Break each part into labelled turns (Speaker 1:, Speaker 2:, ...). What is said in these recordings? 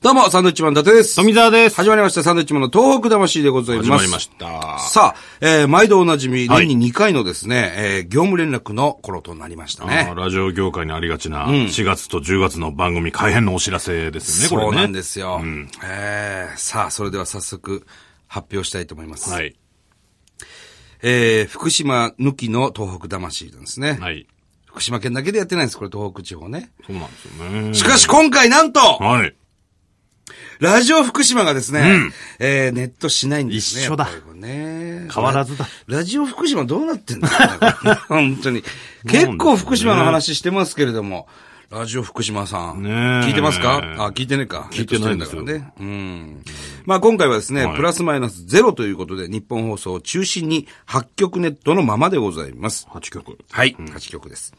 Speaker 1: どうも、サンドウィッチマン伊達です。
Speaker 2: 富澤です。
Speaker 1: 始まりました、サンドウィッチマンの東北魂でございます。
Speaker 2: 始まりました
Speaker 1: さあ、えー、毎度おなじみ、
Speaker 2: はい
Speaker 1: 年に2回のですね、えー、業務連絡の頃となりました
Speaker 2: あー
Speaker 1: ね。
Speaker 2: ラジオ業界にありがちな、4月と10月の番組改編のお知らせですね、これ
Speaker 1: そ
Speaker 2: ね。
Speaker 1: うなんですよ。えーさあ、それでは早速、発表したいと思います。
Speaker 2: はい。
Speaker 1: えー、福島抜きの東北魂なんですね。
Speaker 2: はい。
Speaker 1: 福島県だけでやってないんです、これ東北地方ね。
Speaker 2: そうなんですよね。
Speaker 1: しかし今回なんと、
Speaker 2: はい。
Speaker 1: ラジオ福島がですね、えー、ネットしないんですね。
Speaker 2: 一緒だ
Speaker 1: やっぱりこれね、
Speaker 2: 変わらずだ
Speaker 1: ラ。ラジオ福島どうなってんだろうね これ本当に。結構福島の話してますけれども、ラジオ福島さん。
Speaker 2: ねえ
Speaker 1: 聞いてますかあ、聞いてねえか。
Speaker 2: 聞いてないんです
Speaker 1: ネ
Speaker 2: よ
Speaker 1: ットしてんだからね。うん。まあ今回はですね、
Speaker 2: はい
Speaker 1: プラスマイナスゼロということで、日本放送を中心に8曲ネットのままでございます。
Speaker 2: 8曲。
Speaker 1: はい。8曲です。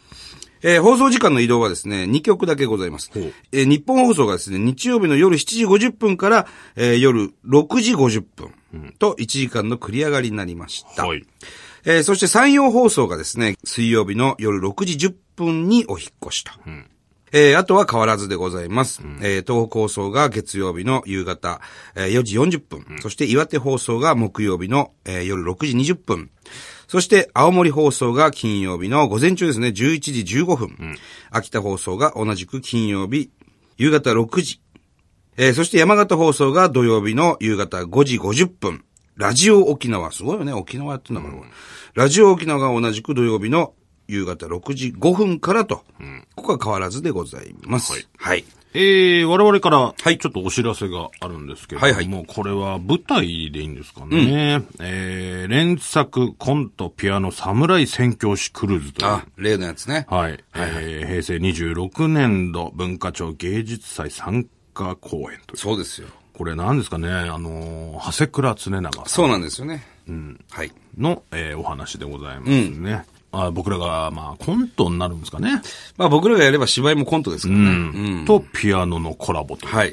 Speaker 1: えー放送時間の移動はですね、2曲だけございます。
Speaker 2: う
Speaker 1: えー日本放送がですね、日曜日の夜7時50分から、えー夜6時50分と1時間の繰り上がりになりました。
Speaker 2: はい。
Speaker 1: えーそして山陽放送がですね、水曜日の夜6時10分にお引っ越しと。えーあとは変わらずでございます。えー東北放送が月曜日の夕方、えー4時40分、そして岩手放送が木曜日の、えー夜6時20分。そして青森放送が金曜日の午前中ですね、11時15分。秋田放送が同じく金曜日、夕方6時。えーそして山形放送が土曜日の夕方5時50分。ラジオ沖縄。すごいよね。沖縄やってんだから、これラジオ沖縄が同じく土曜日の夕方6時5分からと。ここは変わらずでございます。はい。
Speaker 2: えー、我々から、
Speaker 1: はい
Speaker 2: ちょっとお知らせがあるんですけれども、
Speaker 1: はいはい
Speaker 2: これは舞台でいいんですかね。えー、連作コントピアノ侍宣教師クルーズという。
Speaker 1: あ、例のやつね。
Speaker 2: はい。えー平成26年度文化庁芸術祭参加公演という。
Speaker 1: そうですよ。
Speaker 2: これ何ですかねあのー、長谷倉常長さ
Speaker 1: そうなんですよね。うん。はい。
Speaker 2: んの、えーお話でございますね。あ僕らが、まあ、コントになるんですかね。
Speaker 1: まあ僕らがやれば芝居もコントですからね。
Speaker 2: と、ピアノのコラボというか。
Speaker 1: はい。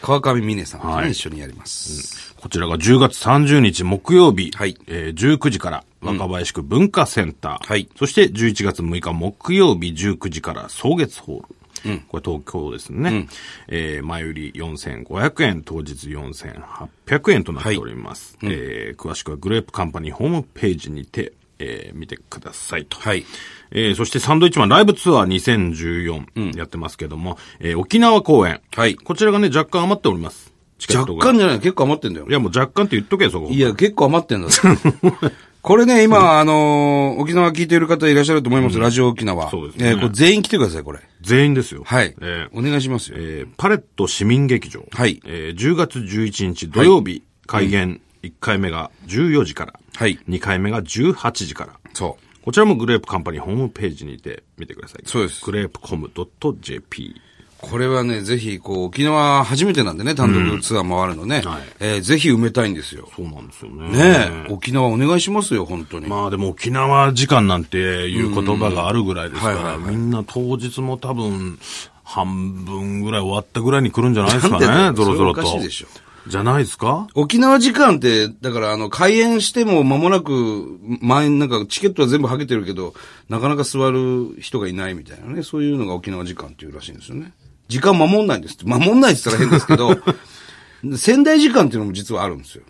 Speaker 1: 川上美音さんとね、
Speaker 2: はい
Speaker 1: 一緒にやります。
Speaker 2: こちらが10月30日木曜日、
Speaker 1: はい
Speaker 2: えー19時から若林区文化センター、
Speaker 1: はい
Speaker 2: そして11月6日木曜日19時から草月ホール、これ東京ですね、えー前売り4500円、当日4800円となっております、えー詳しくはグレープカンパニーホームページにて、えー見てくださいと。
Speaker 1: はい。
Speaker 2: えーそしてサンドイッチマンライブツアー2014やってますけども、えー沖縄公演、
Speaker 1: はい
Speaker 2: こちらがね、若干余っております。チケッ
Speaker 1: 若
Speaker 2: トが
Speaker 1: 干じゃない結構余ってんだよ
Speaker 2: い。や、もう若干って言っとけよ、そこ。
Speaker 1: いや、結構余ってんだって。 これね、今、あのー沖縄聞いている方いらっしゃると思います、ラジオ沖縄。
Speaker 2: そうですね
Speaker 1: えーこれ全員来てください、これ。
Speaker 2: 全員ですよ。
Speaker 1: はい。
Speaker 2: えー
Speaker 1: お願いしますよ。
Speaker 2: えーパレット市民劇場。
Speaker 1: はい
Speaker 2: えー10月11日土曜日、開演1回目が14時から。
Speaker 1: はい
Speaker 2: 2回目が18時から。
Speaker 1: そう。
Speaker 2: こちらもグレープカンパニーホームページにて見てください。
Speaker 1: そうです
Speaker 2: グレープコム .jp。
Speaker 1: これはね、ぜひ、こう、沖縄初めてなんでね、単独ツアー回るのね。
Speaker 2: はい
Speaker 1: えーぜひ埋めたいんですよ。
Speaker 2: そうなんですよね。
Speaker 1: ねえ、沖縄お願いしますよ、本当に。
Speaker 2: まあでも沖縄時間なんていう言葉があるぐらいですか
Speaker 1: うんはい
Speaker 2: ら、
Speaker 1: はい
Speaker 2: みんな当日も多分、半分ぐらい終わったぐらいに来るんじゃないです
Speaker 1: な
Speaker 2: か
Speaker 1: ん
Speaker 2: ね、
Speaker 1: でだよ
Speaker 2: ぞろぞろと。
Speaker 1: それおかしいでしょ
Speaker 2: じゃないですか
Speaker 1: 沖縄時間って、だからあの、開演しても間もなく、前なんかチケットは全部はけてるけど、なかなか座る人がいないみたいなね、そういうのが沖縄時間っていうらしいんですよね。時間守んないんですって、守んないって言ったら変ですけど、 仙台時間っていうのも実はあるんですよ。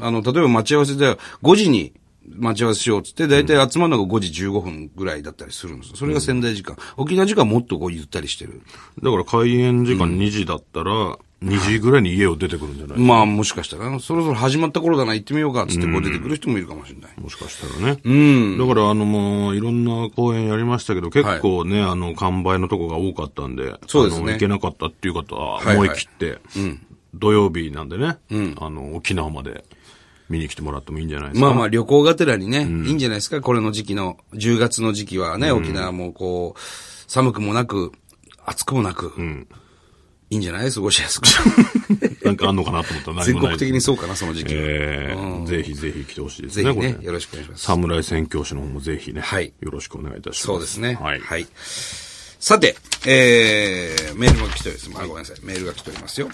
Speaker 1: あの、例えば待ち合わせで5時に待ち合わせしようってって、だいたい集まるのが5時15分ぐらいだったりするんですよ。それが仙台時間。沖縄時間はもっとこうゆったりしてる。
Speaker 2: だから開演時間2時だったら、2時ぐらいに家を出てくるんじゃない、
Speaker 1: まあもしかしたら、そろそろ始まった頃だな、行ってみようかっつってこう出てくる人もいるかもしれない。
Speaker 2: もしかしたらね。うん。だからあのもう、いろんな公演やりましたけど、結構ね、あの、完売のとこが多かったんで、
Speaker 1: そうですね
Speaker 2: あの行けなかったっていう方は、
Speaker 1: いはい
Speaker 2: 思い切って、土曜日なんでね、あの、沖縄まで見に来てもらってもいいんじゃないですか。
Speaker 1: まあまあ旅行がてらにね、いいんじゃないですか、これの時期の、10月の時期はね、沖縄もこう、寒くもなく、暑くもなく、いいんじゃない過ごしや すく。
Speaker 2: なんかあんのかなと思ったら何
Speaker 1: 全
Speaker 2: もな
Speaker 1: 国
Speaker 2: い
Speaker 1: 的にそうかな、その時期は。
Speaker 2: えーぜひぜひ来てほしいです
Speaker 1: ぜ
Speaker 2: ね、
Speaker 1: ひ
Speaker 2: これ
Speaker 1: ね、よろしくお願いします。
Speaker 2: 侍宣教師の方もぜひね、
Speaker 1: はい
Speaker 2: よろしくお願いいたします。
Speaker 1: そうですね。
Speaker 2: はい。
Speaker 1: さて、えー、メールが来ております。あ、ごめんなさい。メールが来ておりますよ。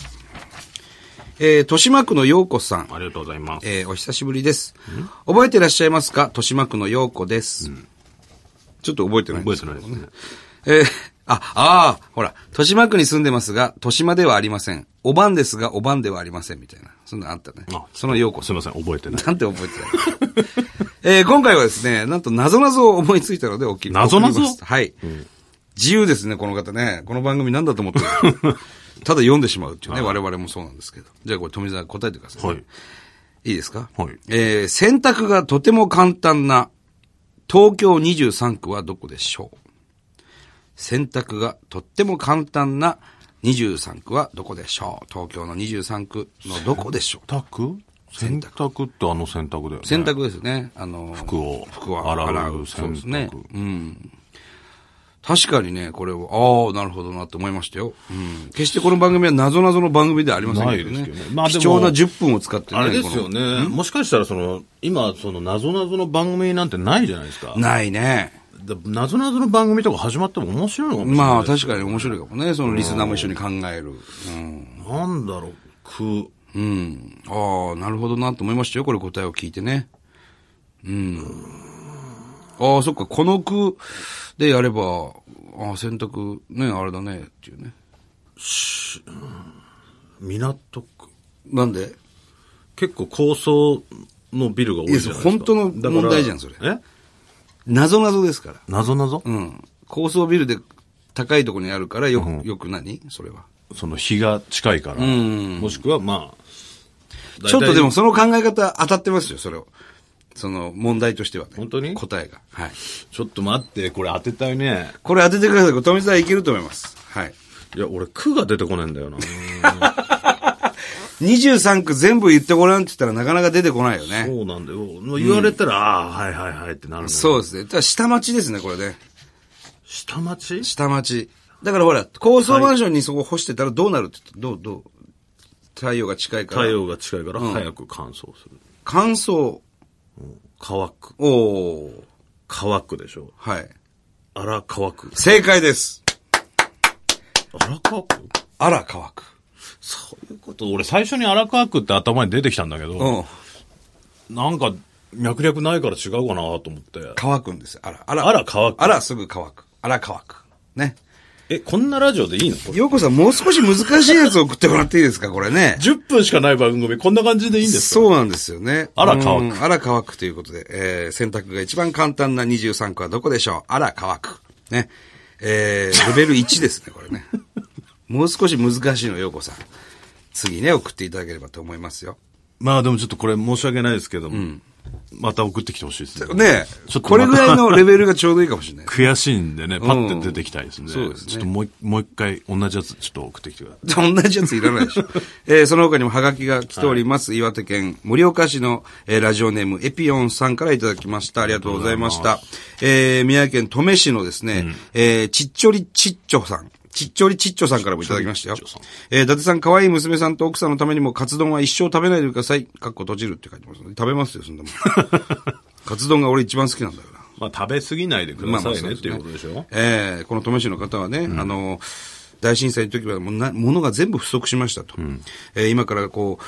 Speaker 1: えー、豊島区の陽子さん。
Speaker 2: ありがとうございます。
Speaker 1: えーお久しぶりです。覚えてらっしゃいますか豊島区の陽子です。ちょっと覚えてないんで
Speaker 2: 覚え
Speaker 1: す
Speaker 2: て
Speaker 1: け
Speaker 2: な
Speaker 1: ど
Speaker 2: いですね。
Speaker 1: えーあ、ああ、ほら、豊島区に住んでますが、豊島ではありません。おばんですが、おばんではありません、みたいな。そんなのあったね。
Speaker 2: あ
Speaker 1: そのようこ
Speaker 2: すいません、覚えてない。
Speaker 1: なんて覚えてない。え ー今回はですね、なんと謎謎を思いついたのでお聞き
Speaker 2: 謎々
Speaker 1: 送りますはい、自由ですね、この方ね。この番組なんだと思って るただ読んでしまうっていうね、我々もそうなんですけど。じゃあこれ富澤答えてください、。
Speaker 2: はいい。
Speaker 1: いですか
Speaker 2: はい
Speaker 1: えー選択がとても簡単な東京23区はどこでしょう選択がとっても簡単な23区はどこでしょう東京の23区のどこでしょう
Speaker 2: 洗濯洗濯ってあの洗濯だよね。
Speaker 1: 選択ですね。あの、
Speaker 2: 服を
Speaker 1: 服を
Speaker 2: 洗う
Speaker 1: 洗う。
Speaker 2: 洗濯
Speaker 1: そうですね。うん。確かにね、これを、ああ、なるほどなって思いましたよ。うん。決してこの番組は謎々の番組ではありませんけどね。
Speaker 2: ないですけどねまあでも
Speaker 1: 貴重な10分を使ってね。
Speaker 2: あれですよ
Speaker 1: こ
Speaker 2: ね。もしかしたらその、今、その、謎々の番組なんてないじゃないですか
Speaker 1: の。ないね。
Speaker 2: だ謎々の番組とか始まっても面白いのかもしれない。
Speaker 1: まあ確かに面白いかもね。そのリスナーも一緒に考える。うん。
Speaker 2: なんだろう、く、
Speaker 1: うん。ああ、なるほどなと思いましたよ。これ答えを聞いてね。うん。ああ、そっか。この句でやれば、ああ、選択、ね、あれだね、っていうね。
Speaker 2: 港区。
Speaker 1: なんで
Speaker 2: 結構高層のビルが多いじゃないですか。
Speaker 1: いやそれ本当の問題じゃんそれ
Speaker 2: だからえ
Speaker 1: 謎々ですから。
Speaker 2: 謎々
Speaker 1: うん。高層ビルで高いところにあるから、よく、よく何それは。
Speaker 2: その日が近いから。
Speaker 1: ん
Speaker 2: もしくは、まあ。
Speaker 1: ちょっとでも
Speaker 2: 大体、
Speaker 1: その考え方当たってますよ、それを。その問題としてはね。
Speaker 2: 本当に
Speaker 1: 答えが。はい。
Speaker 2: ちょっと待って、これ当てたいね。
Speaker 1: これ当ててください。富澤いけると思います。はい。
Speaker 2: いや、俺、区が出てこないんだ よな。
Speaker 1: 23区全部言ってごらんって言ったらなかなか出てこないよね。
Speaker 2: そうなんだよ。もう言われたら、ああ、はいはいはいってなるね。
Speaker 1: そうですね。ただ下町ですね、これね。
Speaker 2: 下町
Speaker 1: 下町。だからほら、高層マンションにそこ干してたらどうなるって言ったどう、どう太陽が近いから。
Speaker 2: 太陽が近いから早く乾燥する。
Speaker 1: 乾燥。
Speaker 2: 乾く。
Speaker 1: おー。
Speaker 2: 乾くでしょ。
Speaker 1: はい。
Speaker 2: 荒乾く。
Speaker 1: 正解です。
Speaker 2: 荒乾く
Speaker 1: あら、乾く。
Speaker 2: そういうこと。俺、最初に荒川区って頭に出てきたんだけど、
Speaker 1: うん。
Speaker 2: なんか、脈略ないから違うかなと思って。
Speaker 1: 乾くんですよ。あら、あら。
Speaker 2: あら乾く
Speaker 1: あら、すぐ乾く。あら、乾く。ね。
Speaker 2: え、こんなラジオでいいの
Speaker 1: ようこさん、もう少し難しいやつ送ってもらっていいですか、これね。
Speaker 2: ?10 分しかない番組、こんな感じでいいんですか
Speaker 1: そうなんですよね。
Speaker 2: あら乾
Speaker 1: く。あら乾くということで、えー、選択が一番簡単な23区はどこでしょうあら乾く。ね。えー、レベル1ですね、これ ね。もう少し難しいの、ようこさん。次ね、送っていただければと思いますよ。
Speaker 2: まあでもちょっとこれ申し訳ないですけども、また送ってきてほしいですね。
Speaker 1: ね
Speaker 2: ちょっとまた
Speaker 1: これぐらいのレベルがちょうどいいかもしれない。
Speaker 2: 悔しいんでね、パッて出てきたいですね。
Speaker 1: そうですね
Speaker 2: ちょっともう一もう一回同じやつちょっと送ってきてください。
Speaker 1: 同じやついらないでし ょ。えーその他にもハガキが来ております。岩手県盛岡市の、えーラジオネームエピオンさんからいただきました。ありがとうございました。えー宮城県登米市のですね、えーちっちょりちっちょさん。ちっちょりちっちょさんからもいただきましたよ
Speaker 2: ちっちょりちっちょ。
Speaker 1: えー伊達さん、可愛い娘さんと奥さんのためにも、カツ丼は一生食べないでください。かっこ閉じるって書いてますので、食べますよ、そんな もん。カツ丼が俺一番好きなんだから。
Speaker 2: まあ食べ過ぎないでくださいねっていうことでしょ
Speaker 1: ええこの登米市の方はね、あの、大震災の時はもうな、物が全部不足しましたと。えー今からこう、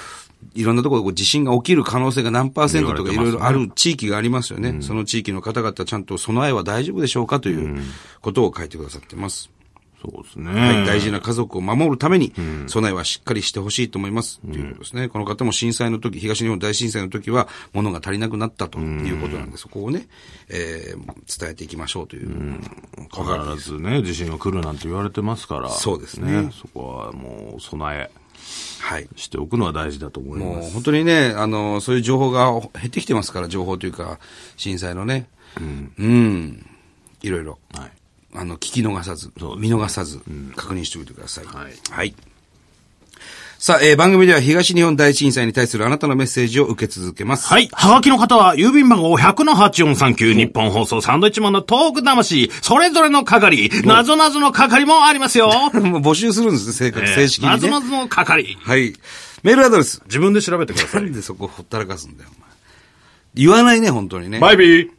Speaker 1: いろんなところでこう地震が起きる可能性が何パーセントとかいろ
Speaker 2: 言われ
Speaker 1: い
Speaker 2: て
Speaker 1: ろある地域がありますよね。その地域の方々ちゃんと備えは大丈夫でしょうかということを書いてくださってます。
Speaker 2: そうですね。
Speaker 1: はい大事な家族を守るために、備えはしっかりしてほしいと思います。ということですね。この方も震災の時、東日本大震災の時は、物が足りなくなったということなんで、そこをね、えー伝えていきましょうという。
Speaker 2: 必ずね、地震が来るなんて言われてますから。
Speaker 1: そうですね
Speaker 2: そこはもう備え
Speaker 1: はい。
Speaker 2: しておくのは大事だと思いま
Speaker 1: もう
Speaker 2: す。
Speaker 1: 本当にね、あの、そういう情報が減ってきてますから、情報というか、震災のね。うん。いろいろ、
Speaker 2: はい。
Speaker 1: あの、聞き逃さず、見逃さず、確認しておいてください。
Speaker 2: はい
Speaker 1: はい。さあ、えー番組では東日本大震災に対するあなたのメッセージを受け続けます。
Speaker 2: はい。はがきの方は、郵便番号100-8439、日本放送サンドイッチマンのトーク魂、それぞれの係、謎々の係もあります よ。
Speaker 1: もう募集するんですね、正確、正式に、ね。
Speaker 2: 謎々の係。
Speaker 1: はい。メールアドレス。
Speaker 2: 自分で調べてくださ
Speaker 1: な。んでそこほったらかすんだよ、お前。言わないね、本当にね。
Speaker 2: バイビー。